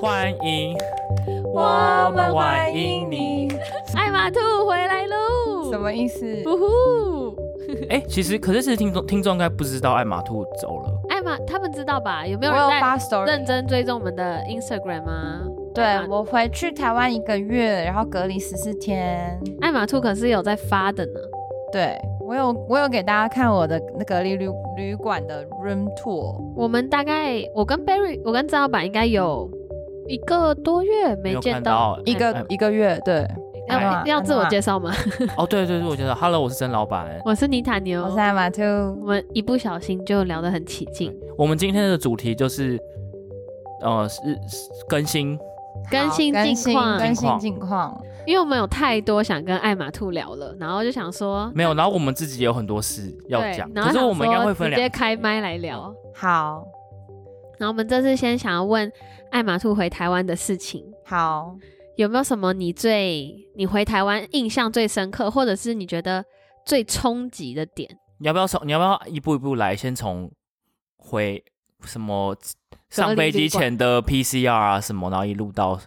欢迎，我们欢迎你。艾玛兔回来喽！什？么意思？呜呼！哎、其实可是其实听众听众应该不知道艾玛兔走了，艾玛他们知道吧？有没有我有人发在 story，认真追踪我们的 Instagram 啊？对我回去台湾一个月，然后隔离十四天。艾玛兔可是有在发的呢。对我有我有给大家看我的那个旅旅旅馆的 room tour，我们大概我跟 Barry，我跟张老板应该有一个多月没见到没一个、哎一个月。对，要哎呀要自我介绍吗？ 哦，对对对，我觉得 Hello，我是曾老板。我是妮塔牛我。是艾玛嗯我兔。们一不小心就聊得很起劲，我们今天的主题就是，呃，是是更新，更新更近新况，更近况新近况。因为我们有太多想跟艾玛兔聊了，然后就想说，没有，然后我们自己也有很多事要对讲，，然可后是想我们应该说会分直接两，开麦来聊。好，然后我们这次先想要问艾玛兔回台湾的事情，好，有没有什么你最你回台湾印象最深刻，或者是你觉得最冲击的点？你要不要从你要不要一步一步来，先从回什么上飞机前的 PCR 啊什么，然后一路到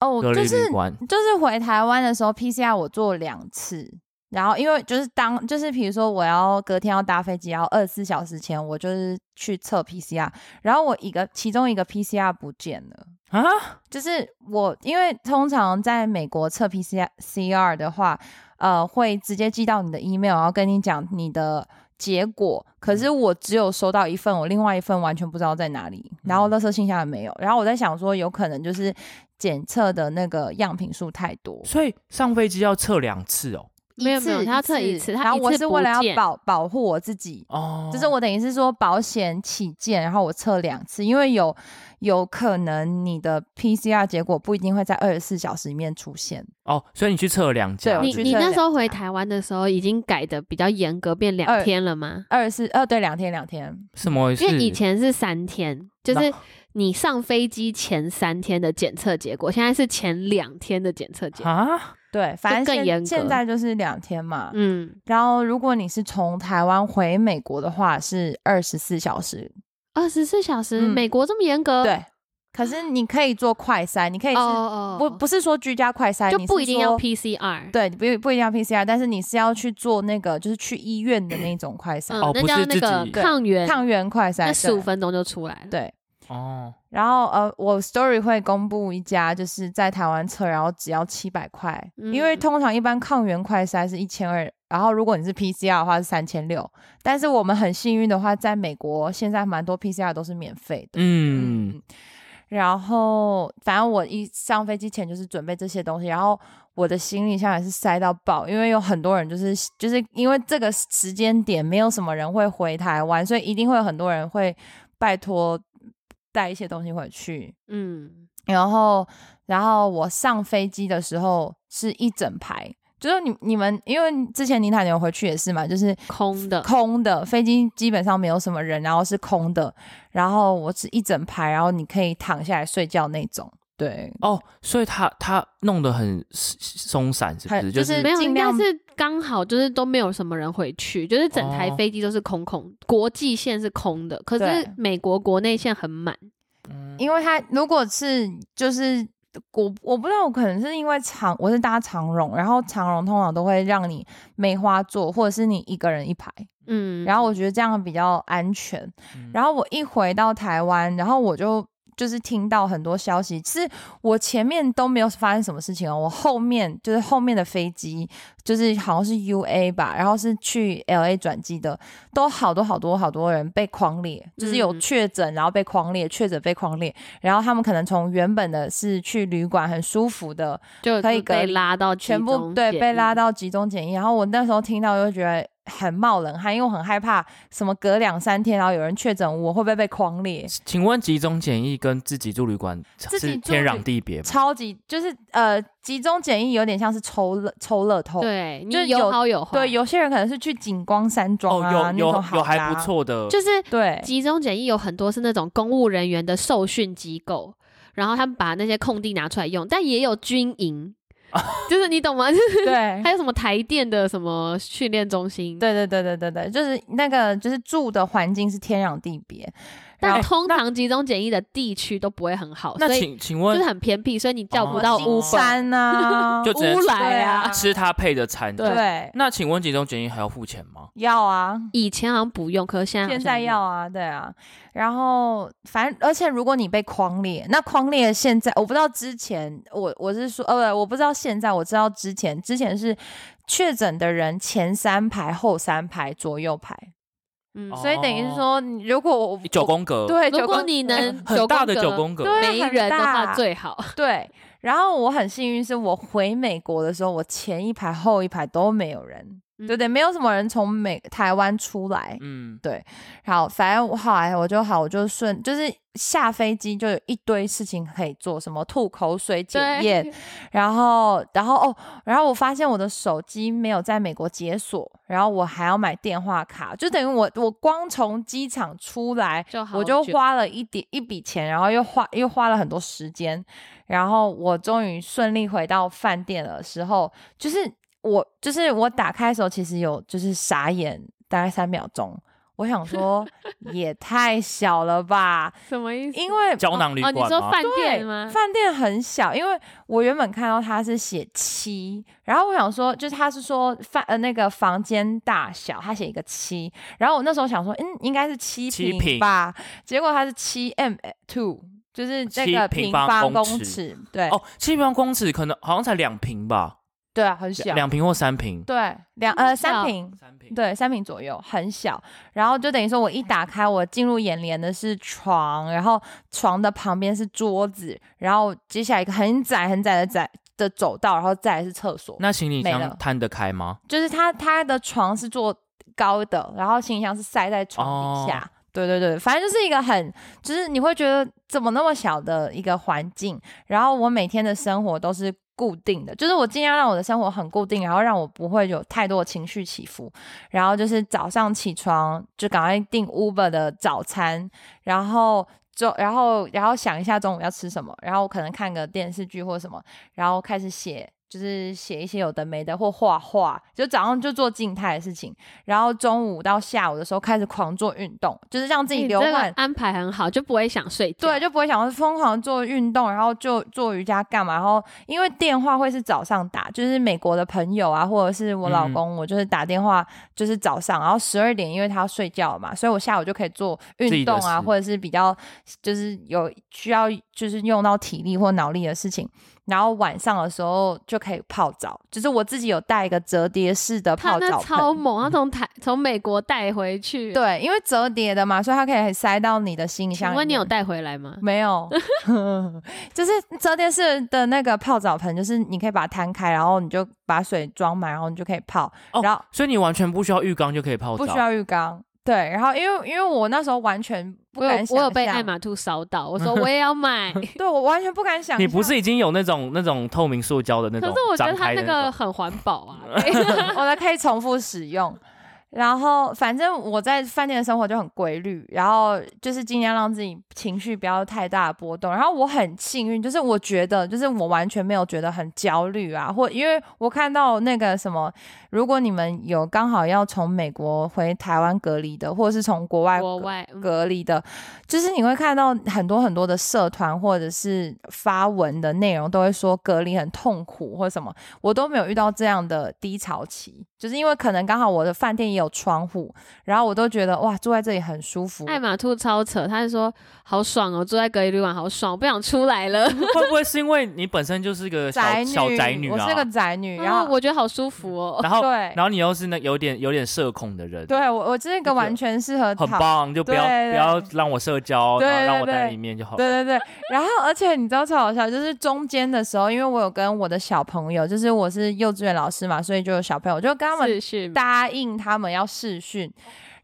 哦，隔离就是旅馆，就是回台湾的时候，PCR 我做两次，然后因为就是当就是比如说我要隔天要搭飞机，然后二十四小时前我就是去测 PCR，然后我一个其中一个 PCR 不见了。啊，就是我，因为通常在美国测 PCR CR 的话，呃，会直接寄到你的 email，然后跟你讲你的结果。可是我只有收到一份，我另外一份完全不知道在哪里，然后垃圾信箱也没有。然后我在想说，有可能就是检测的那个样品数太多，所以上飞机要测两次哦，没有没有一次他要测一次他然后一我次是不为了要见保保护我自己，哦，就是我等于是说保险起见，然后我测两次，因为有有可能你的 PCR 结果不一定会在二十四小时里面出现。哦，所以你去测了两家，对我你去你测那时候两呃回家台湾的时候已经改的比较严格，变两二天了吗？二十四呃，对，两天两天，什么意思？因为以前是三天，就是那你上飞机前三天的检测结果，现在是前两天的检测结果。啊，对，反更正严现格现在就是两天嘛。嗯，然后如果你是从台湾回美国的话，是二十四小时。二十四小时，嗯美国这么严格？对，可是你可以做快筛，你可以哦是、哦，不哦不是说居家快筛，就你是不一定要说 PCR。对，不不一定要 PCR，但是你是要去做那个，就是去医院的那种快筛，嗯哦，那不叫是那自个己抗原，抗原快筛，那对十五分钟就出来了。对。哦，然后呃，我 story 会公布一家就是在台湾测，然后只要七百块，嗯因为通常一般抗原快筛是一千二，然后如果你是 PCR 的话是三千六，但是我们很幸运的话，在美国现在蛮多 PCR 都是免费的。嗯，然后反正我一上飞机前就是准备这些东西，然后我的行李箱也是塞到爆，因为有很多人就是就是因为这个时间点没有什么人会回台湾，所以一定会有很多人会拜托带一些东西回去。嗯，然后，然后我上飞机的时候是一整排，就是你你们，因为之前尼塔牛回去也是嘛，就是空的。空的飞机基本上没有什么人，然后是空的，然后我是一整排，然后你可以躺下来睡觉那种，对，哦，所以他他弄得很松散，是不是？很就就是是没有，尽应该量是刚好就是都没有什么人回去，就是整台哦飞机都是空空，国际线是空的，可对是美国国内线很满。嗯因为他如果是就是。我我不知道，我可能是因为长我是搭长荣，然后长荣通常都会让你梅花座，或者是你一个人一排，嗯，然后我觉得这样比较安全。嗯然后我一回到台湾，然后我就就是听到很多消息，是我前面都没有发生什么事情哦，我后面就是后面的飞机，就是好像是 U A 吧，然后是去 L A 转机的，都好多好多好多人被框列，就是有嗯确诊，然后被框列，确诊被框列，然后他们可能从原本的是去旅馆很舒服的，就可以就被隔离拉到集全部中对检被疫拉。到集中检疫，然后我那时候听到就觉得很冒冷汗，因为我很害怕什么隔两三天然后有人确诊，我会不会被框列？请问集中检疫跟自己住旅馆自己是住天旅壤地别吗？超级就是呃，集中检疫有点像是抽乐抽乐透，对，你就有有好有坏。对，有些人可能是去景光山庄哦，啊，有那有种好有的还啊不，错的，就是对集中检疫有很多是那种公务人员的受训机构，然后他们把那些空地拿出来用，但也有军 营，就是你懂吗？就是哎对。还有什么台电的什么训练中心，对对对对对对，就是那个就是住的环境是天壤地别，但哎通那常集中检疫的地区都不会很好，那所以请请就问是很偏僻，所以你叫不哦到金乌 山啊，就只能乌来啊对啊。吃他配的餐？对对，那请问集中检疫还要付钱吗？要啊，以前好像不用，可是现在好像现在要啊，对啊。然后反正，而且如果你被框列，那框列现在我不知道之前，我我是说，呃，我不知道现在，我知道之前，之前是确诊的人前三排、后三排、左右排，嗯，哦所以等于是说，你如果我九宫格，对，如九果宫你能哎很大的九格宫格，对啊没很人的大话最好。对。然后我很幸运，是我回美国的时候，我前一排、后一排都没有人，嗯对不对？没有什么人从美台湾出来，嗯，好，反正我后来我就好，我就顺，就是下飞机就有一堆事情可以做，什么吐口水检 验，对，然后，然后哦，然后我发现我的手机没有在美国解锁，然后我还要买电话卡，就等于我我光从机场出来，就好我就久花了一点一笔钱，然后又花又花了很多时间，然后我终于顺利回到饭店的时候，就是我就是我打开的时候，其实有就是傻眼大概三秒钟，我想说 也太小了吧，什么意思？因为胶囊旅哦，馆你吗？说饭对店吗？饭店很小，因为我原本看到它是写七，然后我想说，就是他是说饭呃那个房间大小，他写一个七，然后我那时候想说，嗯，应该是七七平平吧，结果它是七 m two，就是那七个平平方方公公尺尺，对、哦，七平方公尺可能好像才两平吧，对啊，很小两，两平或三平，对那两么呃小三平，三平，对，三平左右，很小。然后就等于说，我一打开，我进入眼帘的是床，然后床的旁边是桌子，然后接下来一个很窄很窄的窄的走道，然后再来是厕所。那行李没了箱摊得开吗？就是他他的床是做高的，然后行李箱是塞在床底下。对对对，反正就是一个很，就是你会觉得怎么那么小的一个环境。然后我每天的生活都是固定的，就是我尽量让我的生活很固定，然后让我不会有太多的情绪起伏。然后就是早上起床就赶快订 Uber 的早餐，然后。就然后然后想一下中午要吃什么，然后我可能看个电视剧或什么，然后开始写，就是写一些有的没的或画画，就早上就做静态的事情，然后中午到下午的时候开始狂做运动，就是让自己哎你流这个汗，安排很好，就不会想睡觉。对，就不会想要疯狂做运动，然后就做瑜伽干嘛？然后因为电话会是早上打，就是美国的朋友啊，或者是我嗯老公，我就是打电话就是早上，然后十二点因为他要睡觉嘛，所以我下午就可以做自运己的动啊，事或者是比较就是有需要就是用到体力或脑力的事情。然后晚上的时候就可以泡澡，就是我自己有带一个折叠式的他泡那澡超盆。猛，他从台从美国带回去。，对，因为折叠的嘛，所以它可以塞到你的行李箱请里面。问你有带回来吗？没有， 就是折叠式的那个泡澡盆，就是你可以把它摊开，然后你就把水装满，然后你就可以泡，哦然后所以你完全不需要浴缸就可以泡澡，不需要浴缸。对，然后因为因为我那时候完全不我有敢想我有被象爱，马兔烧到， 我说我也要买，可对我完全不敢想象。你不是已经有那种那种透明塑胶的那种是我觉得张他开那的个那种？很环保 啊。我的可以重复使用。然后，反正我在饭店的生活就很规律，然后就是尽量让自己情绪不要太大的波动。然后我很幸运，就是我觉得，就是我完全没有觉得很焦虑啊，或因为我看到那个什么，如果你们有刚好要从美国回台湾隔离的，或者是从国外国隔外嗯隔离的，就是你会看到很多很多的社团或者是发文的内容，都会说隔离很痛苦或什么，我都没有遇到这样的低潮期，就是因为可能刚好我的饭店也有窗户，然后我都觉得哇，住在这里很舒服。哎爱马兔超扯，他就说好爽哦，住在隔离旅馆好爽，我不想出来了。 会不会是因为你本身就是个小宅女，小宅女我啊是？个 宅女，然然后后嗯我觉得好舒服哦。然后对然后你又是那有点有点社恐的人，，对我我是一个就完全适合很讨棒，就不要对对不要让我社交，对然后让我对对待里面就好。对对对，然后而且你知道超好笑，就是中间的时候，因为我有跟我的小朋友，就是我是幼稚园老师嘛，所以就有小朋友，我就跟他们是是，答应他们要试训，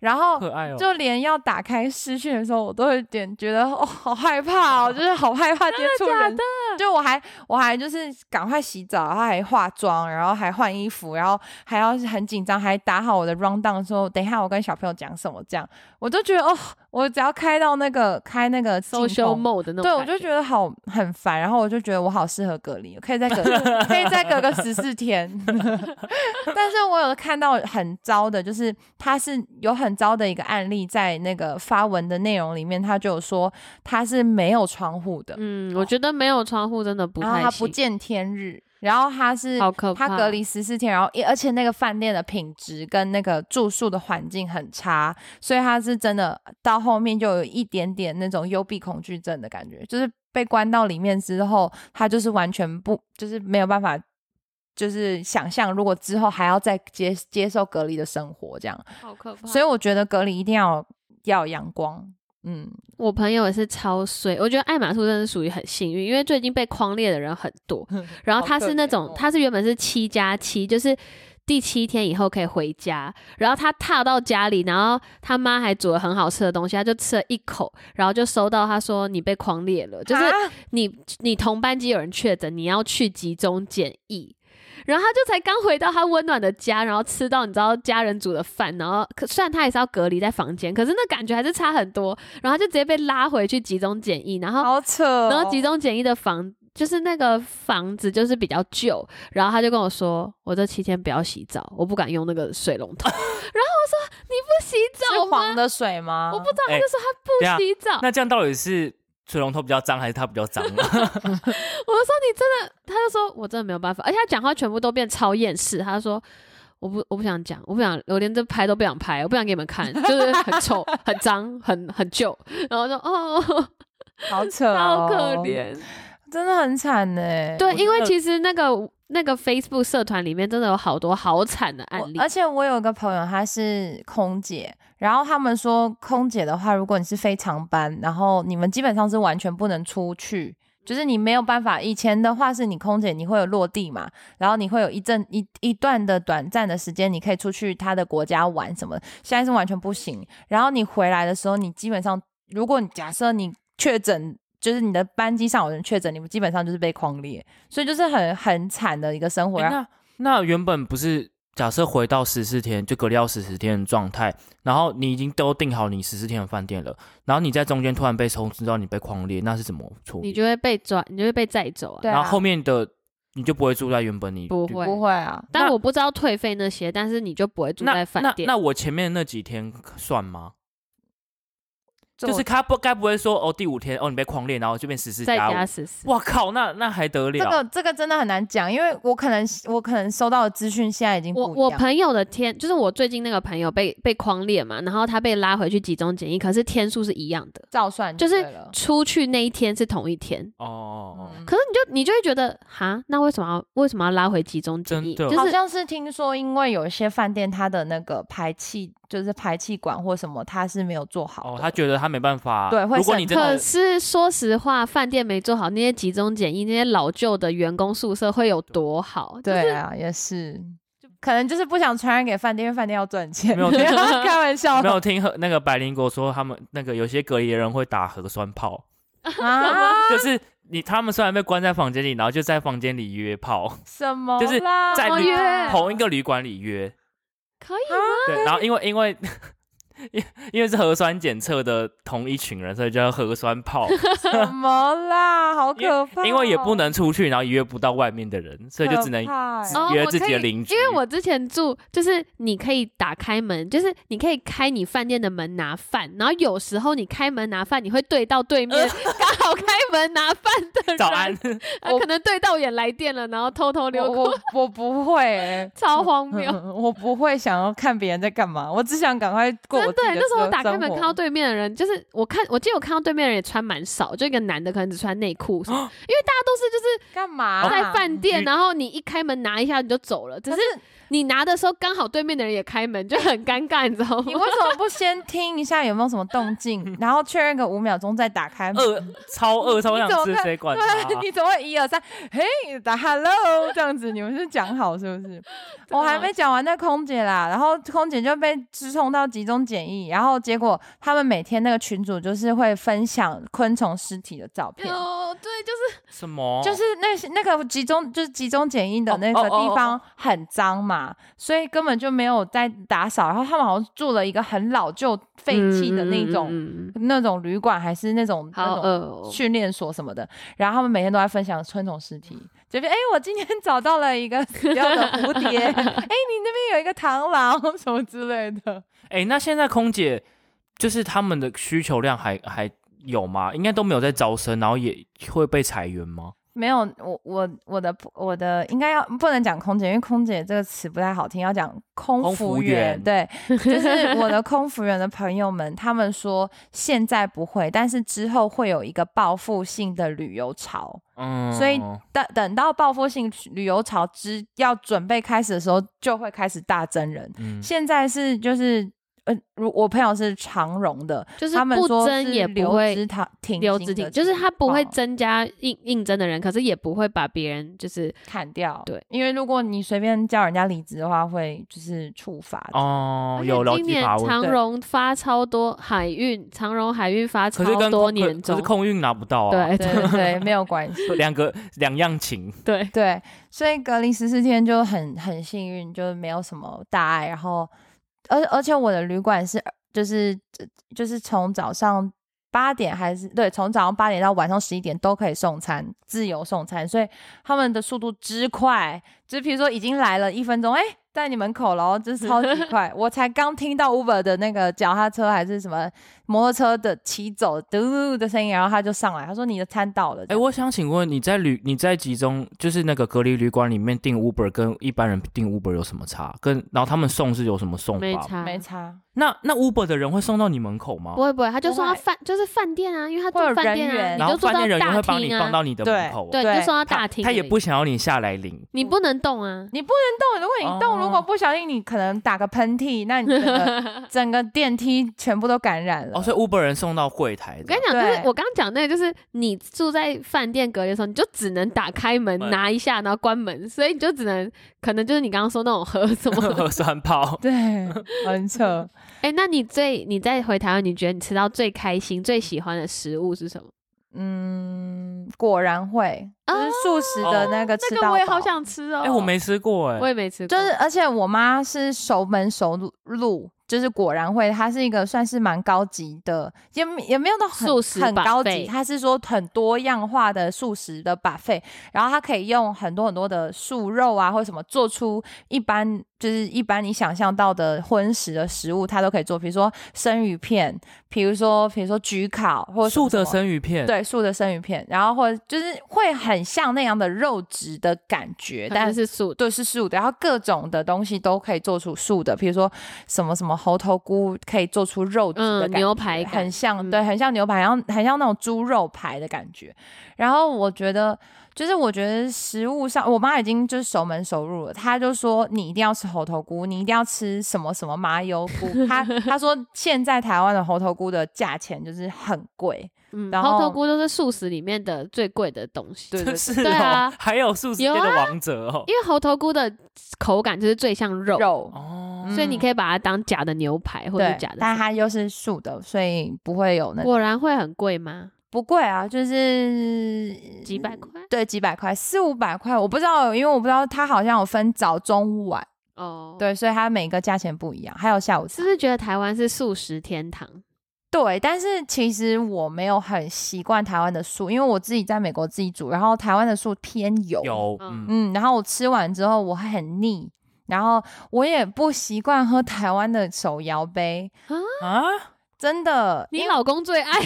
然后好可爱哦，就连要打开视讯的时候，我都有点觉得哦，好害怕哦，就是好害怕接触假人。就我还我还就是赶快洗澡，然后还化妆，然后还换衣服，然后还要是很紧张，还打好我的 round down，说等一下我跟小朋友讲什么这样，我都觉得哦，我只要开到那个开那个镜 social 头 mode 的那种感。对，我就觉得好很烦，然后我就觉得我好适合隔离，可以再隔可以再隔个十 四天。但是我有看到很糟的，就是他是有很很糟的一个案例，在那个发文的内容里面，他就有说他是没有窗户的，嗯，我觉得没有窗户真的不哦然后太他不行，见天日，然后他是好可怕。他隔离十四天，然后而且那个饭店的品质跟那个住宿的环境很差，所以他是真的到后面就有一点点那种幽闭恐惧症的感觉，就是被关到里面之后，他就是完全不就是没有办法。就是想象，如果之后还要再接接受隔离的生活，这样，好可怕。所以我觉得隔离一定要要有阳光，嗯，我朋友也是超衰，我觉得艾玛素真的是属于很幸运，因为最近被框列的人很多， 然后好他可是那怜种哦他是原本是七加七，就是第七天以后可以回家，然后他踏到家里，然后他妈还煮了很好吃的东西，他就吃了一口，然后就收到他说你被框列了，就是啊你你同班级有人确诊，你要去集中检疫。然后他就才刚回到他温暖的家，然后吃到你知道家人煮的饭，然后可虽然他也是要隔离在房间，可是那感觉还是差很多。然后他就直接被拉回去集中检疫，然后好扯哦、然后集中检疫的房就是那个房子就是比较旧，然后他就跟我说，我这七天不要洗澡，我不敢用那个水龙 头。然后我说你不洗澡是吗黄？的水吗？我不知道，他哎就说等一他下不洗澡。那这样到底是水龙头比较脏，还是他比较脏？啊我就说你真的，他就说我真的没有办法，而且他讲话全部都变超厌世。他说我不我不想讲，我不想，我连这拍都不想拍，我不想给你们看，就是很 丑、很脏、很很旧。然后我说哦，好扯、好哦，可，怜。真的很惨呢。对，啊我因为真的其实那个那个 Facebook 社团里面真的有好多好惨的我案例，而且我有个朋友，她是空姐，然后他们说空姐的话，如果你是非常班，然后你们基本上是完全不能出去。就是你没有办法，以前的话是你空姐，你会有落地嘛，然后你会有一阵一一段的短暂的时间，你可以出去他的国家玩什么的。现在是完全不行。然后你回来的时候，你基本上，如果你假设你确诊，就是你的班机上有人确诊，你们基本上就是被框列，所以就是很很惨的一个生活。欸啊然后那那原本不是假设回到十四天就隔离到十四天的状态，然后你已经都订好你十四天的饭店了，然后你在中间突然被通知到你被框列，那是怎么处你理？就会被抓，你就会被载走啊。对啊然后后面的你就不会住在原本你不就会不会啊，但那我不知道退费那些，但是你就不会住那在那饭店。那我前面那几天算吗？这就是我他不该不会说哦第五天哦你被框列，然后就变十四再加加五？十四，哇靠，那那还得这了？个这个真的很难讲，因为我可能我可能收到的资讯现在已经我不一我样朋友的天，就是我最近那个朋友被被框列嘛，然后他被拉回去集中检疫，可是天数是一样的，照算就是对了出去那一天是同一天。哦哦哦，嗯可是你就你就会觉得，哈，那为什么要为什么要拉回集中检疫？真就的好是像是听说，因为有一些饭店它的那个排气就是排气管或什么，它是没有做好哦的，他觉得他没办法。对会如果你审真可的是说实话，饭店没做好那些集中检疫，那些老旧的员工宿舍会有多好？对啊，也是，可能就是不想传染给饭店，因为饭店要赚钱，没有 开玩笑没有听和那个百灵国说，他们那个有些隔离的人会打核酸炮。啊，就是你他们虽然被关在房间里，然后就在房间里约 炮，什么就是啦在哦旅约同一个旅馆里约。可以啊对，然后因为因为 因因为是核酸检测的同一群人，所以叫核酸 炮。什么啦，好可怕哦，因为也不能出去，然后也约不到外面的人，所以就只能可怕欸只约自己的邻居。因为哎哦我之前住，就是你可以打开门，就是你可以开你饭店的门拿饭，然后有时候你开门拿饭，你会对到对面刚好开门拿饭的人，早安，啊我可能对到眼来电了，然后偷偷溜我过，我哦我不会欸。超 荒谬。 我不会想要看别人在干嘛，我只想赶快过真我的，自己的那时候我生打开门生活看到对面的人，就是我看，我记得我看到对面的人也穿蛮少，就一个男的可能只穿内裤什么，因为大家都是就是干嘛、啊在饭店，你然后你一开门拿一下你就走了，只可是是你拿的时候刚好对面的人也开门，就很尴尬，你知道吗？ 你为什么不先听一下有没有什么动 静，然后确认个五秒钟再打开 门？饿超饿，超想你怎吃么，看谁管他啊对，？你怎么会一二三？嘿，打 hello 这样子，你们是讲好是不是？ 我还没讲完那空姐啦，然后空姐就被直冲到集中检疫，然后结果 他们每天那个群主就是会分享昆虫尸体的照片，哦，对，就是什么？就是那些那个集中就是集中检疫的那个地哦哦方很脏嘛，所以根本就没有在打扫。然后他们好像住了一个很老旧废弃的那种、嗯嗯嗯嗯那种旅馆，还是那种好那恶种哦、训练所什么的。然后他们每天都在分享昆虫尸体，就哎、诶我今天找到了一个 死掉的蝴 蝶，哎、你那边有一个螳螂什么之类的。哎、那现在空姐就是他们的需求量还还有吗？应该都没有在招生，然后也会被裁员吗？没有，我我我的我的应该要不能讲空姐，因为空姐这个词不太好听，要讲空空服服员。员对，就是我的空服员的朋友们，他们说现在不会，但是之后会有一个报复性的旅游潮。嗯，所以等等到报复性旅游潮之要准备开始的时候，就会开始大增人。嗯，现在是就是。呃，如我朋友是长荣的，就是他们不说增是也不留会职停停留薪职停的，就是情他不会况增加应应征的人，可是也不会把别人就是砍掉。对，因为如果你随便叫人家离职的话，会就是处罚的。哦，有而且劳今基年法问。长对荣发超多海运，长荣海运发可是超跟空多可年可终是，空运拿不到啊，对 对对对，没有关系。两个两样情，对，对，所以隔离十四天就很很幸运，就是没有什么大碍。然后，而而且我的旅馆是就是就是从早上八点还是对，从早上八点到晚上十一点都可以送餐，自由送餐，所以他们的速度之快，就是比如说已经来了一分钟，哎、在你门口喽，就是超级 快。我才刚听到 Uber 的那个脚踏车还是什么摩托车的骑走嘟嘟的声音，然后他就上来，他说你的餐到了。哎、我想请问你在旅你在集中就是那个隔离旅馆里面订 Uber 跟一般人订 Uber 有什么差？跟然后他们送是有什么送没法吗？差，没差。那那 Uber 的人会送到你门口吗不？会不会，他就不送到会饭就是饭店啊，因为他会有住饭人店啊，员然你后就坐饭到店人员会大帮你厅放啊，到你的对门口，对，你就对送到他大厅而已，他也不想要你下来领。你不能动啊，你不能动，如果你动，如果哦不小心你可能打个喷嚏，那你整 个整个电梯全部都感染了。哦，所以 Uber 人送到柜台我的。跟你讲，就是对我刚刚讲那个，就是你住在饭店隔离的时候，你就只能打开门门拿一下，然后关门，所以你就只能可能就是你刚刚说那种喝什么。核 酸 炮，对，很扯。 哎、那你最你再回台湾，你觉得你吃到最开心、最喜欢的食物是什么？嗯，果然会，啊就是素食的那个吃那个到、饱。我也好想吃哦。哎、我，没吃过哎、我也没吃过，就是，而且我妈是熟门熟路，就是果然会，她是一个算是蛮高级的，也也没有到很素食很高级， buffet 她是说很多样化的素食的 buffet，然后她可以用很多很多的素肉啊或者什么做出一般就是一般你想象到的荤食的食物，她都可以做，比如说生鱼片，比如说比如说焗烤或者什素么什的么生鱼片，，对素的生鱼片，然后或者就是会很像那样的肉质的感觉，但但是素的。对，是素的，然后各种的东西都可以做出素的，比如说什么什么猴头菇可以做出肉质嗯的感觉、牛排感很像，嗯对，很像牛排，然后很像那种猪肉排的感觉。然后我觉得，就是我觉得食物上，我妈已经就是熟门熟路了，她就说你一定要吃猴头菇，你一定要吃什么什么麻油菇。 她她说现在台湾的猴头菇的价钱就是很贵，嗯，然猴头后菇都是素食里面的最贵的东西。对对是哦，对啊还有素食界有的啊王者哦，因为猴头菇的口感就是最像肉，肉。嗯哦，所以你可以把它当假的牛排或者对假，的但什么。它又是素的，所以不会有那果然会很贵吗？不贵啊，就是几嗯百块？对，几百块，四五百块，我不知道，因为我不知道它好像有分早、中、晚，哦，对，所以它每个价钱不一样，还有下午茶是不。是觉得台湾是素食天堂？对，但是其实我没有很习惯台湾的素，因为我自己在美国自己煮，然后台湾的素偏油，有，嗯嗯，嗯，然后我吃完之后我会很腻，然后我也不习惯喝台湾的手摇杯，啊，真的，你因为老公最 爱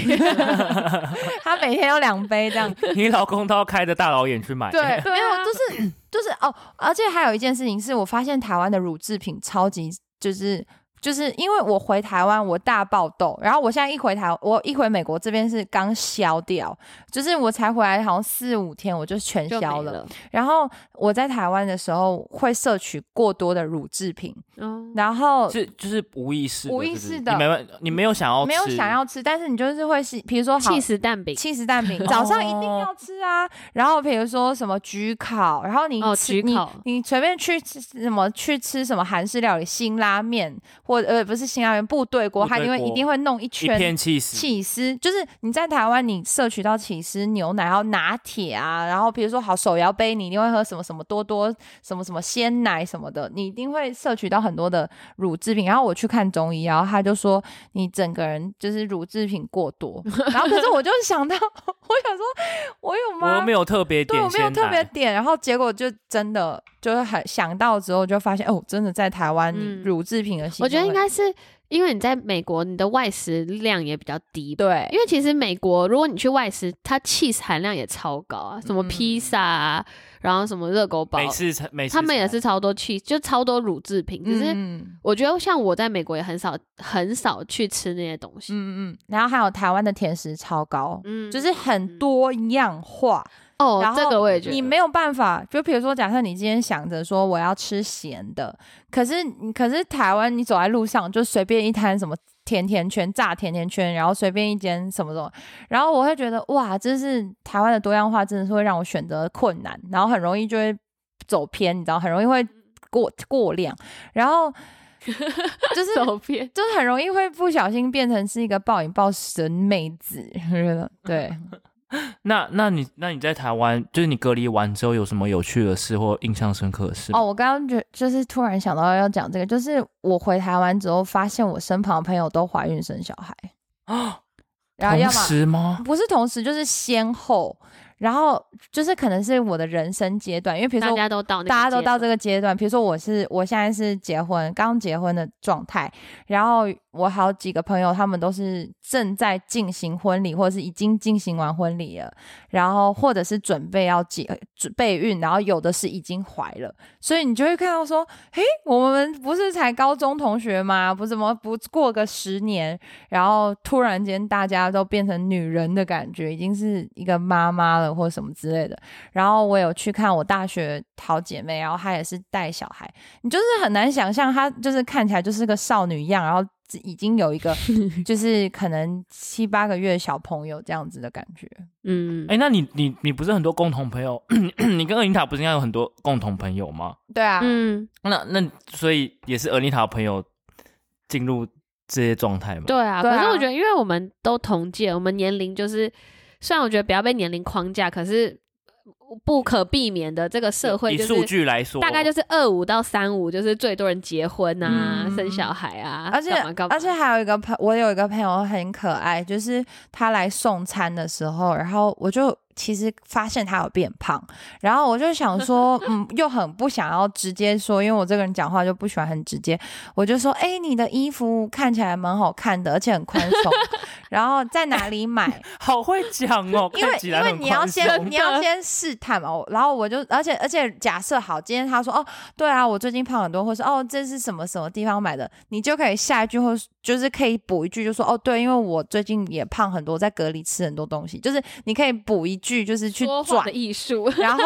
他每天有两杯这样，你老公都要开着大老远去买，对，对没有啊，就是就是哦，而且还有一件事情是我发现台湾的乳制品超级就是。就是因为我回台湾，我大爆痘，然后我现在一回台，我一回美国这边是刚消掉，就是我才回来好像四五天，我就全就消没了。了。然后我在台湾的时候会摄取过多的乳制品，哦，然后是就是无意识的，无是意不是识的你没办你没有想要吃，没有想要吃，但是你就是会是，比如说好气死蛋饼，气死蛋 饼，早上一定要吃啊。然后比如说什么焗烤，然后你哦吃、焗烤你你随便去吃什么去吃什么韩式料理、辛拉面，或呃不是辛拉园部队锅，部它队因为锅一定会弄一一圈片气死。起司就是你在台湾，你摄取到起司、牛奶，还有拿铁啊，然后比如说好手摇杯，你一定会喝什么什么多多、什么什么鲜奶什么的，你一定会摄取到很多的乳制品。然后我去看中医，然后他就说你整个人就是乳制品过 多。然后可是我就想到，我想说，我有我吗？又没有特别对，我点没鲜有特别奶，点，然后结果就真的就是很想到之后就发现，哦，真的在台湾嗯乳制品的吸收我会，觉得应该是因为你在美国，你的外食量也比较低吧。对，因为其实美国，如果你去外食，它 cheese 含量也超高啊，什么嗯披萨啊，然后什么热狗堡每，次才每次他们也才是超多 cheese，就超多乳制品。只是嗯我觉得像我在美国也很少很少去吃那些东西。嗯嗯，然后还有台湾的甜食超高，嗯就是很多样化，哦然，后这个我也觉你得。没有办法。就比如说，假设你今天想着说我要吃咸的，可是你可是台湾你走在路上就随便一摊什么甜甜圈、炸甜甜圈，然后随便一间什么什么，然后我会觉得哇，这是台湾的多样化，真的是会让我选择困难，然后很容易就会走偏，你知道，很容易会过过量，然后就是 走偏，就是很容易会不小心变成是一个暴饮暴食的妹子， 我觉得对。嗯那那你那你在台湾，就是你隔离完之后有什么有趣的事或印象深刻的事吗？哦，我刚刚觉就是突然想到要讲这个，就是我回台湾之后，发现我身旁的朋友都怀孕生小孩，然哦后要同么时吗？不是同时，就是先后，然后就是可能是我的人生阶段，因为比如大说家都到那个大家都阶到段这个阶段。比如说，我是我现在是结婚刚结婚的状态，然后我好几个朋友，他们都是正在进行婚礼，或者是已经进行完婚礼了，然后或者是准备要结准备孕，然后有的是已经怀了，所以你就会看到说，诶，我们不是才高中同学吗？不怎么不过个十年，然后突然间大家都变成女人的感觉，已经是一个妈妈了或什么之类的。然后我有去看我大学好姐妹，然后她也是带小孩，你就是很难想象她就是看起来就是个少女样，然后已经有一个就是可能七八个月的小朋友这样子的感觉。嗯哎、，那你你你不是很多共同朋友？ 你跟厄琳塔不是应该有很多共同朋友吗？对啊，嗯，那那所以也是厄琳塔的朋友进入这些状态吗？对啊。对可啊是我觉得，因为我们都同届，我们年龄就是，虽然我觉得不要被年龄框架，可是不可避免的，这个社会以就数是据来说，大概就是二五到三五，就是最多人结婚啊、嗯生小孩啊，而且干嘛干嘛而且还有一个朋，我有一个朋友很可爱，就是他来送餐的时候，然后我就其实发现他有变胖，然后我就想 说，嗯，又很不想要直接说，因为我这个人讲话就不喜欢很直接，我就说，哎、你的衣服看起来蛮好看的，而且很宽松，然后在哪里买？好会讲哦， 因为 看起因来为很你要宽松先你要先试探嘛，我然后我就而且而且假设好，今天他说哦，对啊，我最近胖很多，或是哦这是什么什么地方买的，你就可以下一句或是就是可以补一句，就说哦对，因为我最近也胖很多，在隔离吃很多东西，就是你可以补一句，就是去说话转的艺术， 然后，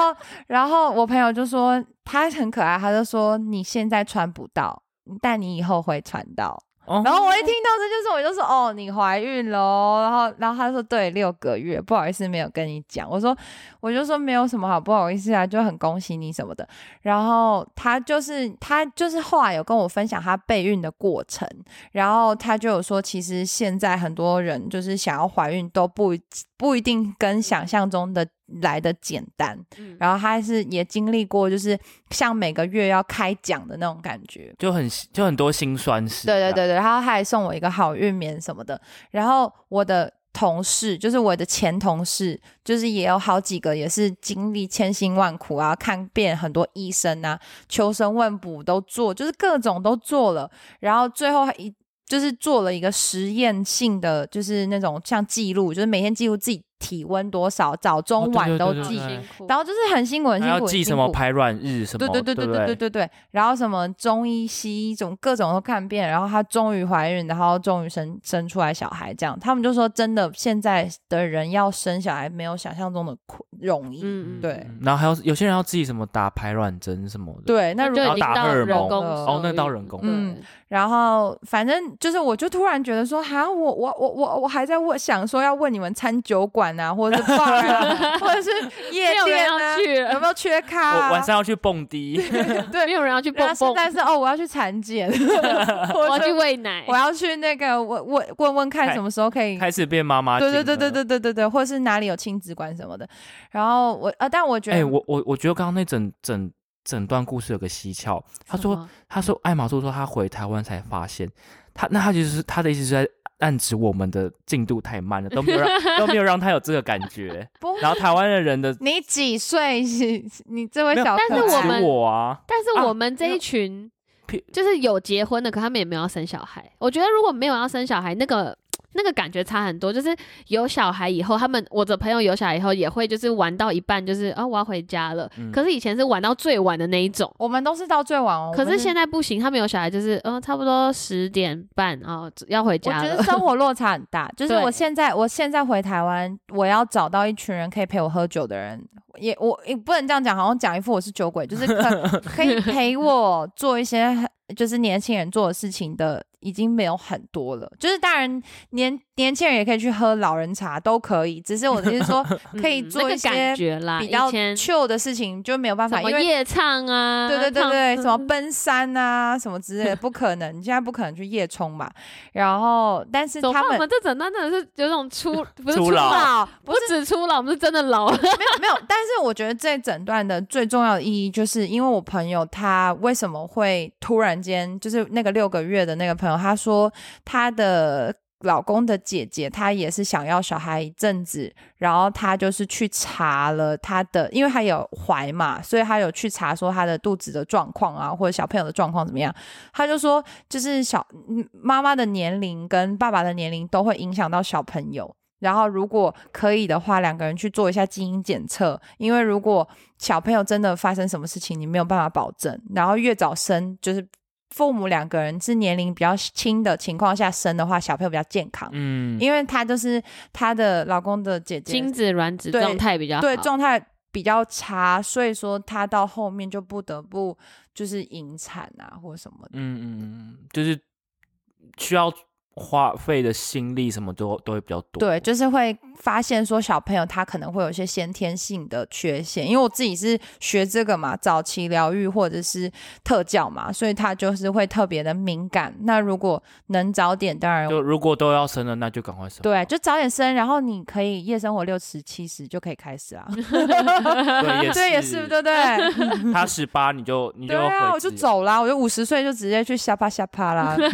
然后我朋友就说他很可爱，他就说你现在穿不到，但你以后会穿到。哦然后我一听到这件事，我就说哦，你怀孕喽。然后，然后他说对，六个月，不好意思没有跟你讲。我说我就说没有什么好不好意思啊，就很恭喜你什么的。然后他就是他就是后来有跟我分享他备孕的过程，然后他就有说，其实现在很多人就是想要怀孕都不不一定跟想象中的来的简单。嗯然后他是也经历过，就是像每个月要开奖的那种感觉。就很就很多心酸事。啊对对对对，然后他还送我一个好运棉什么的。然后我的同事，就是我的前同事，就是也有好几个也是经历千辛万苦啊，看遍很多医生啊，求神问卜都做，就是各种都做了，然后最后还一。就是做了一个实验性的，就是那种像记录，就是每天记录自己体温多少，早哦中对晚对都对记对，对辛苦然后就是很辛苦，很还辛要苦，记很辛什么苦排卵日什么，对对对对不对对对对，然后什么中医、西医，种各种都看遍，然后她终于怀孕，然后终于生生出来小孩，这样他们就说，真的现在的人要生小孩没有想象中的困容易。嗯嗯，对嗯然后还有有些人要自己什么打排卵针什么的。对，那那如就要已果经打到荷尔人蒙工了哦那受到孕人工嗯对然后反正就是，我就突然觉得说，哈，我我我我我还在问，想说要问你们餐酒馆馆啊，或者是 bar 啊，或者是夜没有人店要啊，去有了，没 有缺咖、我啊？晚上要去蹦 迪，对没有人要去蹦然后现蹦，在是哦，我要去产 检，我我要去就喂奶我。要去那个问问问问看开什么时候可以开始变妈妈。对对对对。对对对对，或者是哪里有亲子馆什么的。然后我呃，但我觉哎、得，我我我觉得刚刚那整整整段故事有个蹊跷，他什说么他说艾玛兔说他回台湾才发现，他那他其实是他的意思是在暗指我们的进度太慢了，都没有 让都没有让他有这个感觉。不然后台湾的人的你几岁？ 你这位没有小可爱，但是我们指我啊，但是啊我们这因一为群譬就是有结婚的，可他们也没有要生小孩。我觉得如果没有要生小孩，那个那个感觉差很多。就是有小孩以后，他们我的朋友有小孩以后也会就是玩到一半，就是啊、我要回家了。嗯可是以前是玩到最晚的那一种。我们都是到最晚哦。可我们是现在不行，他们有小孩就是，嗯、差不多十点半啊、哦要回我家觉了得。 生活落差很大，就是对我现在我现在回台湾，我要找到一群人可以陪我喝酒的人，也我也不能这样讲，好像讲一副我是酒鬼，就是 可可以陪我做一些很就是年轻人做的事情的，已经没有很多了。就是当然年年轻人也可以去喝老人茶，都可以，只是我的意思 是说可以嗯做那一个感些觉啦，比较以前 chill 的事情，就没有办法，什因么为夜唱啊，对对对唱对，嗯什么奔山啊，什么之类的，不可能，你现在不可能去夜冲嘛。然后，但是走吧他我们们这整段真的是有种 初不是初初老老，不不止初老，我们是真的老了。没有没有，但是我觉得这整段的最重要的意义，就是因为我朋友他为什么会突然间，就是那个六个月的那个朋友，他说他的。老公的姐姐，她也是想要小孩一阵子，然后她就是去查了她的，因为她有怀嘛，所以她有去查说她的肚子的状况啊，或者小朋友的状况怎么样。她就说，就是小嗯妈妈的年龄跟爸爸的年龄都会影响到小朋友，然后如果可以的话，两个人去做一下基因检测，因为如果小朋友真的发生什么事情，你没有办法保证。然后越早生，就是父母两个人是年龄比较轻的情况下生的话，小朋友比较健康，嗯，因为她就是她的老公的姐姐精子卵子对状态比较好，对状态比较差，所以说她到后面就不得不就是引产啊或什么的。嗯嗯嗯，嗯就是需要花费的心力什么都都会比较多。对，就是会发现说小朋友他可能会有一些先天性的缺陷，因为我自己是学这个嘛，早期疗愈或者是特教嘛，所以他就是会特别的敏感。那如果能早点，当然就如果都要生了，那就赶快生。对，就早点生，然后你可以夜生活六十七十就可以 开始啊。 对，也对，也是对不对？他十八你就你就对啊，回我就自由走啦，我就五十岁就直接去瞎趴瞎 趴啦。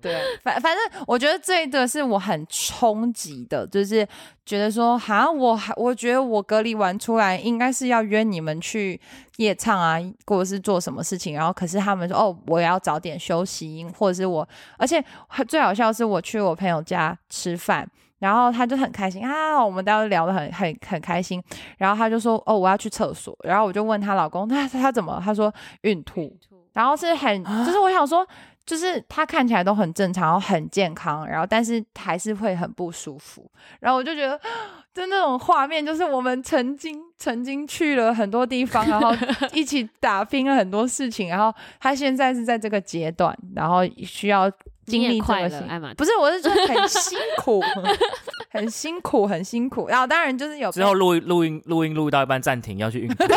对，反反正我觉得这一个是我很冲击的，就是觉得说，哈，我还我觉得我隔离完出来，应该是要约你们去夜唱啊，或者是做什么事情，然后可是他们说，哦，我要早点休息，或者是我，而且最好笑的是，我去我朋友家吃饭。然后他就很开心啊，我们大家都聊得很很很开心。然后他就说：“哦，我要去厕所。”然后我就问她老公：“那她怎么？”她说：“孕吐。”然后是很，就是我想说，就是她看起来都很正常，然后很健康，然后但是还是会很不舒服。然后我就觉得，就那种画面，就是我们曾经曾经去了很多地方，然后一起打拼了很多事情，然后她现在是在这个阶段，然后需要你经也历这快个乐，啊事艾玛。不是，我是说很辛苦，很辛苦，很辛苦。然后当然就是有之后录录音录音录到一半暂停要去运动，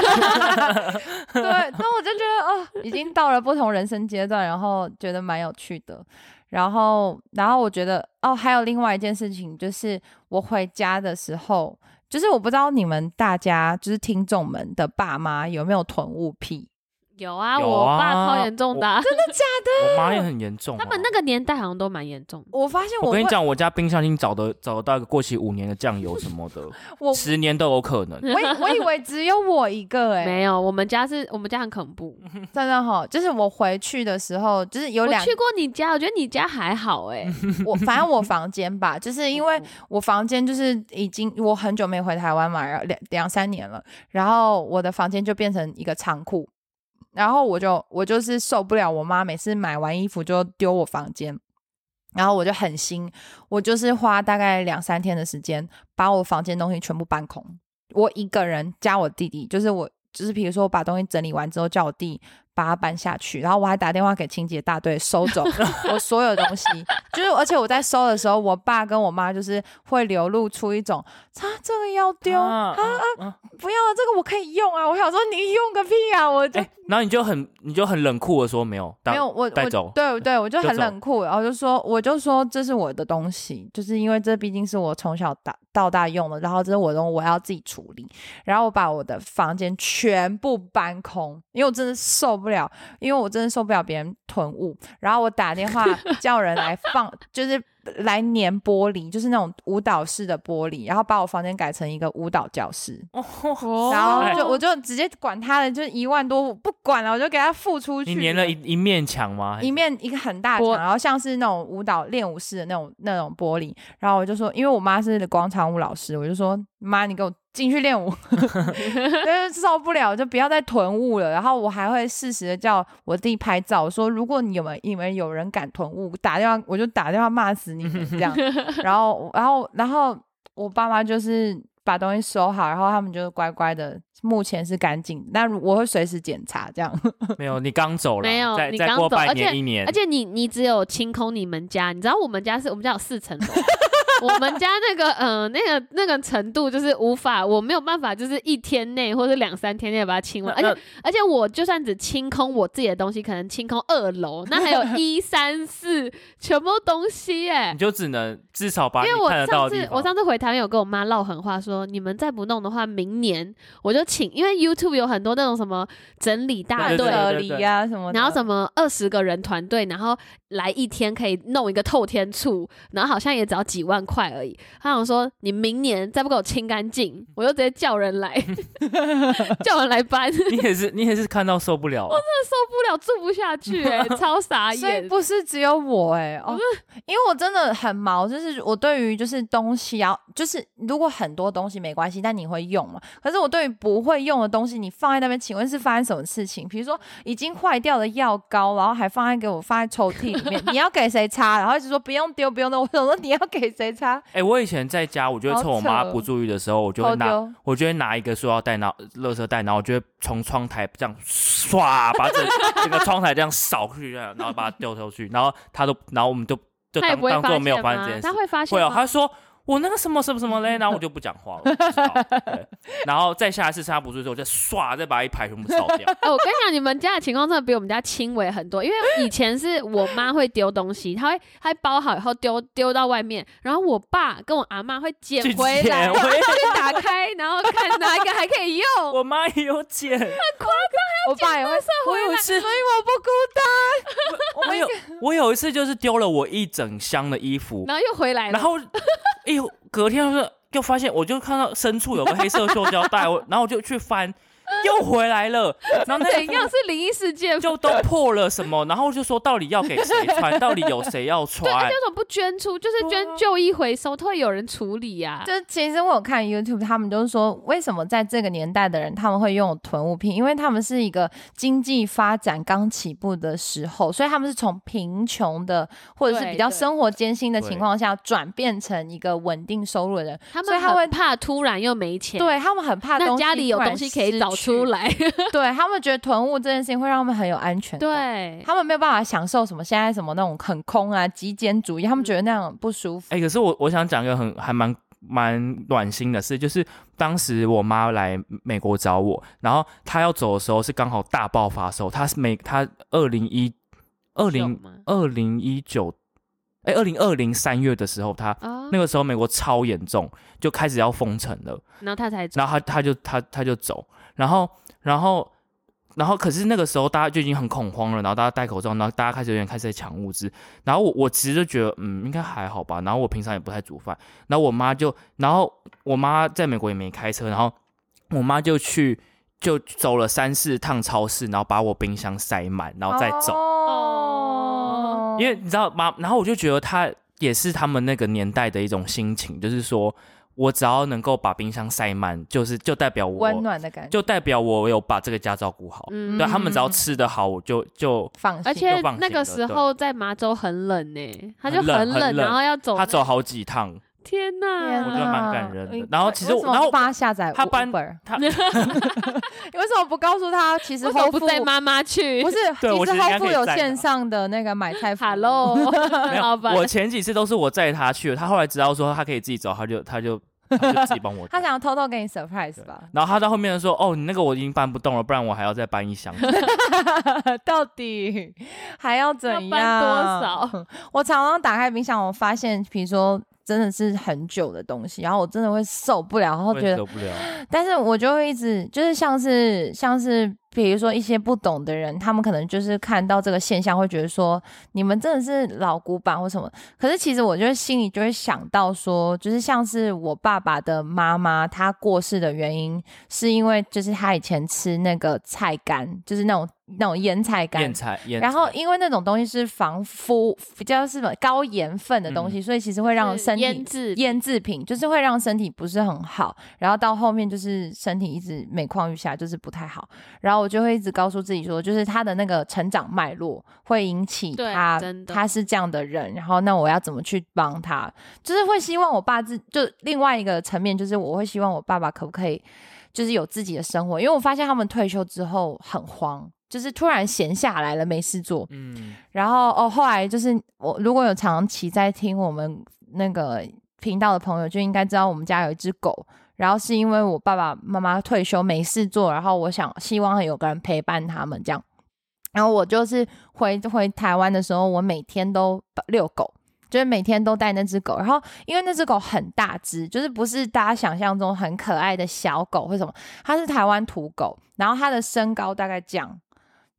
对，那我就觉得哦，已经到了不同人生阶段，然后觉得蛮有趣的。然后，然后我觉得哦，还有另外一件事情，就是我回家的时候，就是我不知道你们大家就是听众们的爸妈有没有囤物癖， 有啊，有我爸啊超严重的啊、我妈也很严重、啊他们那。个年代好像都蛮严重的。我发现我跟会你讲，我家冰箱已经找的找得到一个过期五年的酱油什么 的，我十年都有可嗯能。我以我以为只有我 一个哎、没有，我们家是我们家很恐怖。真的哈、就是我回去的时候，就是有我两去过你家，我觉得你家还好哎、我反正我房间吧，就是 因哦为我房间就是已经我很久没回台湾嘛，然后两两三年了，然后我的房间就变成一个仓库，然后我就我就是受不了我妈每次买完衣服就丢我房间，然后我就狠心，我就是花大概两三天的时间把我房间东西全部搬空，我一个人加我弟弟，就是我就是比如说我把东西整理完之后叫我弟把它搬下去，然后我还打电话给清洁大队收走我所有东西，就是而且我在收的时候，我爸跟我妈就是会流露出一种，啊这个要丢啊啊，啊！不要啊，这个我可以用啊，我想说你用个屁啊，我就哎、然后你就很你就很冷酷的说没有，当没有，我带我走对对，我就就很走冷酷，然后就说我就说这是我的东西，就是因为这毕竟是我从小到到大用的，然后这是我的东西，我要自己处理。然后我把我的房间全部搬空，因为我真的受不了，因为我真的受不了别人囤物。然后我打电话叫人来放， 就是。来粘玻璃，就是那种舞蹈式的玻璃，然后把我房间改成一个舞蹈教室。哦然后哎就我就直接管他的，就是一万多，我不管了，我就给他付出去。你粘了一一面墙吗？还是一面一个很大的玻墙，然后像是那种舞蹈练舞室的那种那种玻璃。然后我就说，因为我妈是广场舞老师，我就说妈，你给我进去练 舞， 就是受不了，就不要再囤物了。然后我还会适时的叫我弟拍照，说如果你有没有你们有人敢囤物，打电话我就打电话骂死你们这 样。然后然后然后我爸妈就是。把东西收好，然后他们就乖乖的，目前是干净的。那我会随时检查，这样 没有，你刚走了，没有再你再刚过走半而年且一年，而且你你只有清空你们家，你知道我们家是我们家有四层 楼。我们家那个，呃，那个那个程度就是无法，我没有办法，就是一天内或者两三天内把它清 完。而且那而且我就算只清空我自己的东西，可能清空二楼，那还 有一三四全部东西哎、你就只能至少嗯把因你为我看得到上的地次方。我上次回台湾有跟我妈唠狠话说，你们再不弄的话，明年我就请，因为 YouTube 有很多那种什么整理大对队对对隔 离啊什么的。然后什么二十个人团队，然后来一天可以弄一个透天处，然后好像也只要几万块而已。他想说你明年再不给我清干净，我就直接叫人来， 叫人来搬，受你也是你也是看到受不了，不了，住不下 去、欸，超傻所以眼。不是只有我哎、哦，因为我真的很毛，就是我对于就是东西啊，就是如果很多东西没关系，但你会用嘛？可是我对于不会用的东西，你放在那边，请问是发生什么事情？比如说已经坏掉的药膏，然后还放在给我放在抽屉里面，你要给谁擦？然后一直说不用丢，不用丢。我想说你要给谁擦？哎、我以前在家，我就会趁我妈好扯哦不注意的时候，我就会偷拿，丢。我就会拿一个塑料袋，拿垃圾袋，然后我就会从窗台这样唰，把整整个窗台这样扫出去，这样然后把它丢出去，然后她都，然后我们就就他也当不会当发做现没有发生吗这件 事他。会发现会哦，吗她说我那个什么什么什么嘞，然后我就不讲话了，我不知道对然后再下一次趁她不注意的时候，我再唰再把一排全部扫掉。哎、我跟你讲，你们家的情况真的比我们家轻微很多。因为以前是我妈会丢东西，她会她会包好以后丢丢到外面，然后我爸跟我阿妈会捡去回来，捡回来去打开，然后看哪一个还可以 用。 我妈也有捡，我爸也会，我有一次所以我不孤单。我我们有我有一次就是丢了我一整箱的衣服，然后又回来了，然后，哎呦，隔天就是又发现，我就看到深处有个黑色塑胶袋，我然后我就去翻，又回来了，然后那 怎个样是灵异事件？就就都破了什么，然后就说到底要给谁穿，到底有谁要穿，为什么不捐出？就是对啊捐旧衣回收，都会有人处理啊呀、就其实我有看 YouTube，他们就是说，为什么在这个年代的人他们会用囤物品？因为他们是一个经济发展刚起步的时候，所以他们是从贫穷的或者是对比较对生活艰辛的对情况下转变成一个稳定收入的人。他所以们他会很怕突然又没钱。。对他们很怕那东西家里有突然东西可以失找出去，来，对他们觉得囤物这件事情会让他们很有安全感。对，他们没有办法享受什么现在什么那种很空啊极简主义，他们觉得那样不舒服。哎、可是我我想讲一个很还蛮蛮暖心的事，就是当时我妈来美国找我，然后她要走的时候是刚好大爆发的时候，她是每她二零一二零吗？二零一九哎二零二零三月的时候，她啊那，个时候美国超严重，就开始要封城了，然后他才然后他他就他他就走，然后然后然后可是那个时候大家就已经很恐慌了，然后大家戴口罩，然后大家开始有点开始在抢物资，然后我我其实就觉得嗯应该还好吧，然后我平常也不太煮饭，然后我妈就然后我妈在美国也没开车，然后我妈就去。就走了三四趟超市，然后把我冰箱塞满，然后再走。哦因为你知道吗？然后我就觉得他也是他们那个年代的一种心情，就是说我只要能够把冰箱塞满，就是就代表我温，暖的感觉，就代表我有把这个家照顾好。嗯对他们只要吃得好，我就就放心。而且就放心那个了时对候在麻州很冷呢、他就很冷冷，很冷然后要走他那走好几趟，天哪！我觉得蛮感人的然后其实啊嗯为我什么然后不帮他下载他搬 Uber，他为你 为什么不告诉他？其实什么后不付带妈妈去不是， 对我其觉实得应该后付可以有载线他上的那个买菜服务。 ？Hello， 没老有，板，我前几次都是我载他去的，他后来知道说他可以自己走，他就他就他就自己帮我 他载。想要偷偷给你 surprise 吧？ 然后他到后面说：“哦，你那个我已经搬不动了，不然我还要再搬一箱。到底还要怎要样？搬多少？ 我常常打开冰箱，我发现，比如说。真的是很久的东西，然后我真的会受不了，然”我后觉也得，受不了。但是我就会一直就是像是像是，比如说一些不懂的人，他们可能就是看到这个现象，会觉得说你们真的是老古板或什么。可是其实我就是心里就会想到说，就是像是我爸爸的妈妈，她过世的原因是因为就是她以前吃那个菜干，就是那种那种腌菜干腌，菜，腌然后菜因为那种东西是防腐比较是什么高盐分的嗯东西，所以其实会让身体腌。制腌制品就是会让身体不是很好，然后到后面就是身体一直每况愈下，就是不太好。然后我就会一直告诉自己说，就是他的那个成长脉络会引起对他真的他是这样的人，然后那我要怎么去帮他？就是会希望我爸自就另外一个层面，就是我会希望我爸爸可不可以就是有自己的生活，因为我发现他们退休之后很慌，就是突然闲下来了没事做，嗯，然后哦后来就是我如果有长期在听我们那个频道的朋友，就应该知道我们家有一只狗。然后是因为我爸爸妈妈退休没事做，然后我想希望有个人陪伴他们这样。然后我就是回回台湾的时候，我每天都遛狗，就是每天都带那只狗。然后因为那只狗很大只，就是不是大家想象中很可爱的小狗或什么，它是台湾土狗，然后它的身高大概这样，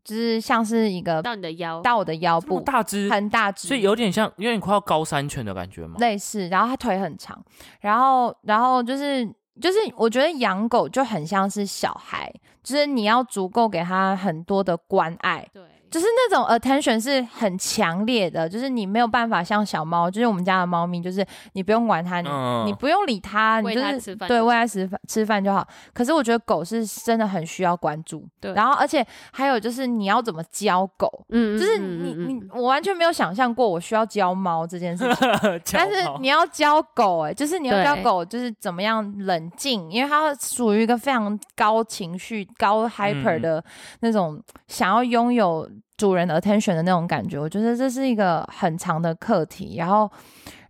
就是像是一个到你的腰，到我的腰这么部，大只，很大只，所以有点像，有点快要高山犬的感觉嘛。类似。然后它腿很长，然后然后就是就是，我觉得养狗就很像是小孩，就是你要足够给它很多的关爱。对，就是那种 attention 是很强烈的，就是你没有办法像小猫，就是我们家的猫咪，就是你不用管它，你嗯，你不用理它，你喂就它是吃饭对就喂它吃饭吃饭就好。可是我觉得狗是真的很需要关注，对然后而且还有就是你要怎么教狗，嗯就是你嗯嗯嗯你我完全没有想象过我需要教猫这件事 情，嗯 但是你要教狗哎、就是你要对教狗就是怎么样冷静，因为它属于一个非常高情绪、高 hyper 嗯的那种想要拥有主人 attention 的那种感觉，我觉得这是一个很长的课题。然后，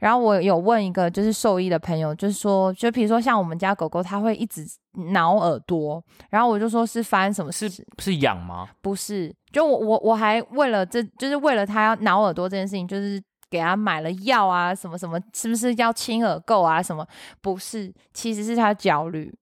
然后我有问一个就是兽医的朋友，就是说，就比如说像我们家狗狗，它会一直挠耳朵，然后我就说是发生什么事是是痒吗？不是，就我我我还为了这就是为了他要挠耳朵这件事情，就是给他买了药啊，什么什么，是不是要清耳垢啊？什么不是，其实是他焦虑。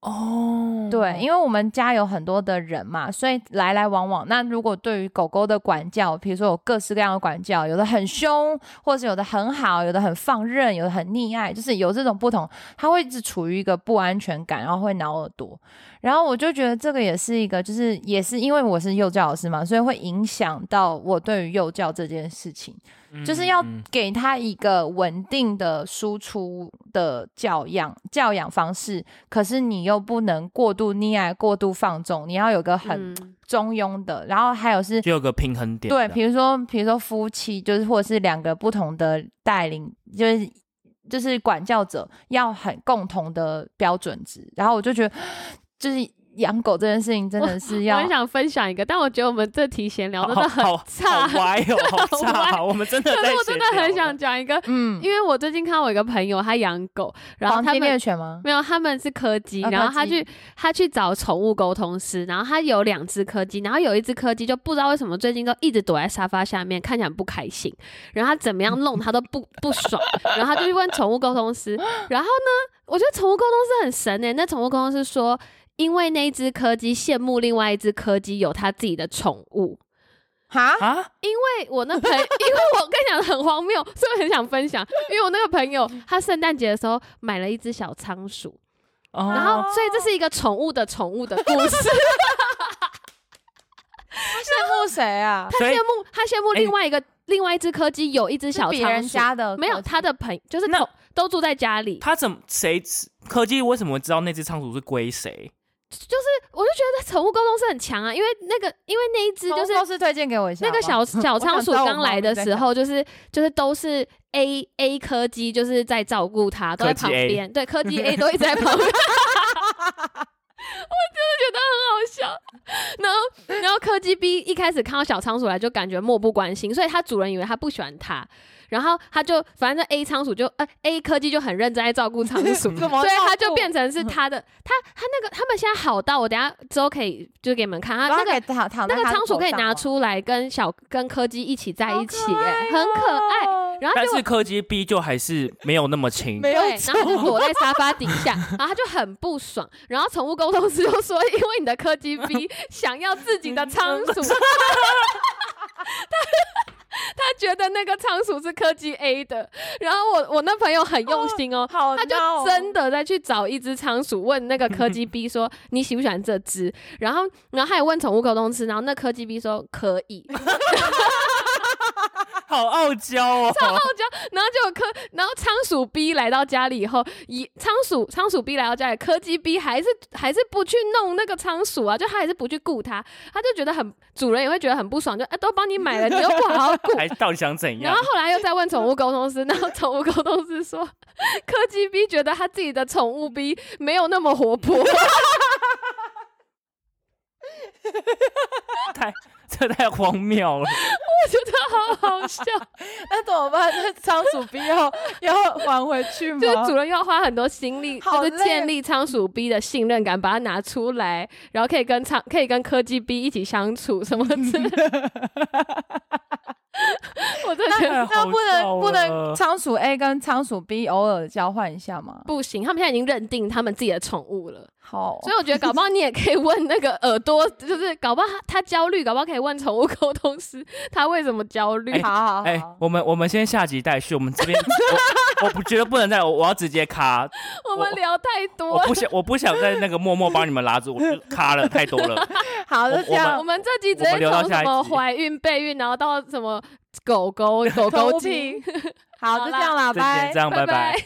哦，对，因为我们家有很多的人嘛，所以来来往往。那如果对于狗狗的管教，比如说有各式各样的管教，有的很凶，或者有的很好，有的很放任，有的很溺爱，就是有这种不同，它会一直处于一个不安全感，然后会挠耳朵。然后我就觉得这个也是一个，就是也是因为我是幼教老师嘛，所以会影响到我对于幼教这件事情。嗯就是要嗯给他一个稳定的输出的教养教养方式，可是你又不能过度溺爱、过度放纵，你要有个很嗯中庸的。然后还有是，就有个平衡点对，的。比如说比如说夫妻，就是或者是两个不同的带领，就是。就是管教者要很共同的标准值，然后我就觉得，就是养狗这件事情真的是我要很想分享一个，但我觉得我们这题闲聊好真的很 好差好歪哦，好很差！我们真的可在闲是聊，我真的很想讲一个，嗯，因为我最近看我一个朋友，他养狗，然后黄他金猎们犬吗？没有，他们是柯基，啊然后柯他基去他去找宠物沟通师，然后他有两只柯基，然后有一只柯基就不知道为什么最近都一直躲在沙发下面，看起来很不开心，然后他怎么样弄他都不 不爽，然后他就去问宠物沟通师，然后呢，我觉得宠物沟通师很神诶、那宠物沟通师说，因为那一只柯基羡慕另外一只柯基有他自己的宠物，哈，啊，因为我那 朋，因为我跟你讲很荒谬，所以我很想分享。因为我那个朋友，他圣诞节的时候买了一只小仓鼠，哦然后所以这是一个宠物的宠物的故 事。羡慕谁啊？他所以羡慕他羡慕哎另外一个、另外一只柯基有一只 是小别仓人鼠，家的没有狗他的朋就是那同都住在家里，他怎么谁柯基为什么会知道那只仓鼠是归谁？就是我就觉得宠物沟通是很强啊，因为那个因为那一只就是都是推荐给我一下那好不好。个小小仓鼠我想知道我刚来的猫咪在，时候，就是就是都是 A A 柯基，就是在照顾它，都在柯基旁 A 边。对，柯基 A 都一直在旁边。我 真的觉得很好笑。然后然后柯基 B 一开始看到小仓鼠来，就感觉漠不关心，所以它主人以为它不喜欢它。然后它就反正 A 仓鼠就呃 A 柯基就很认真在照顾仓鼠 怎么所以照它就顾变成是它的它它那个他们现在好到我等一下之后可以就给你们看它然后那它个可以躺躺在那个它的仓鼠可以手上拿吗出来跟小跟柯基一起在一起、哦好可哎，爱很可爱。哦然后但啊就是柯基 B 就还是没有那么亲，没有对，然后就躲在沙发底 下，然后他就很不爽。然后宠物沟通师就说，因为你的柯 基 B 想要自己的仓鼠，他他 觉得那个仓鼠是柯基 A 的。然后我我那朋友很用心哦，好他就闹哦真的再去找一只仓鼠，问那个 柯基 B 说你喜不喜欢这只，然后然后他也问宠物沟通师，然后那柯基 B 说可以，好傲娇哦。然后就柯，然后仓鼠 B 来到家里以后，以仓鼠仓鼠 B 来到家里，柯基 B 还是还是不去弄那个仓鼠啊，就他还是不去顾它，他就觉得很主人也会觉得很不爽，就啊都帮你买了，你又不好好顾。还到底想怎然样后？后来又再问宠物沟通师，然后宠物沟通师说，柯基 B 觉得他自己的宠物 B 没有那么活泼， 太这太荒谬了。我觉得好好笑。 那怎么办？那仓鼠 B 要要还回去吗？ 就是主人要花很多心力，好就累啊是建立仓鼠 B 的信任感，把它拿出来，然后可以跟仓 可以跟柯基 B 一起相处什么之类的。 我真的觉得那那不能好不笑能了仓鼠 A 跟仓鼠 B 偶尔交换一下吗？不行，他们现在已经认定他们自己的宠物了，好，所以我觉得搞不好你也可以问那个耳朵，就是搞不好他他焦虑，搞不好可以问宠物沟通师他为什么焦虑。哎好哦好好，哎、我们我们先下集待续，我们这边我我不觉得不能再，我我要直接卡， 我们我聊太我多了，不想我不想再那个默默帮你们拉住，我就卡了太多了。好，就我这样我。们这集直接我们留到从下什一么集怀孕、备孕，然后到什么狗狗、狗宠狗 物精，好，就这样啦，这拜先这。样，拜拜拜。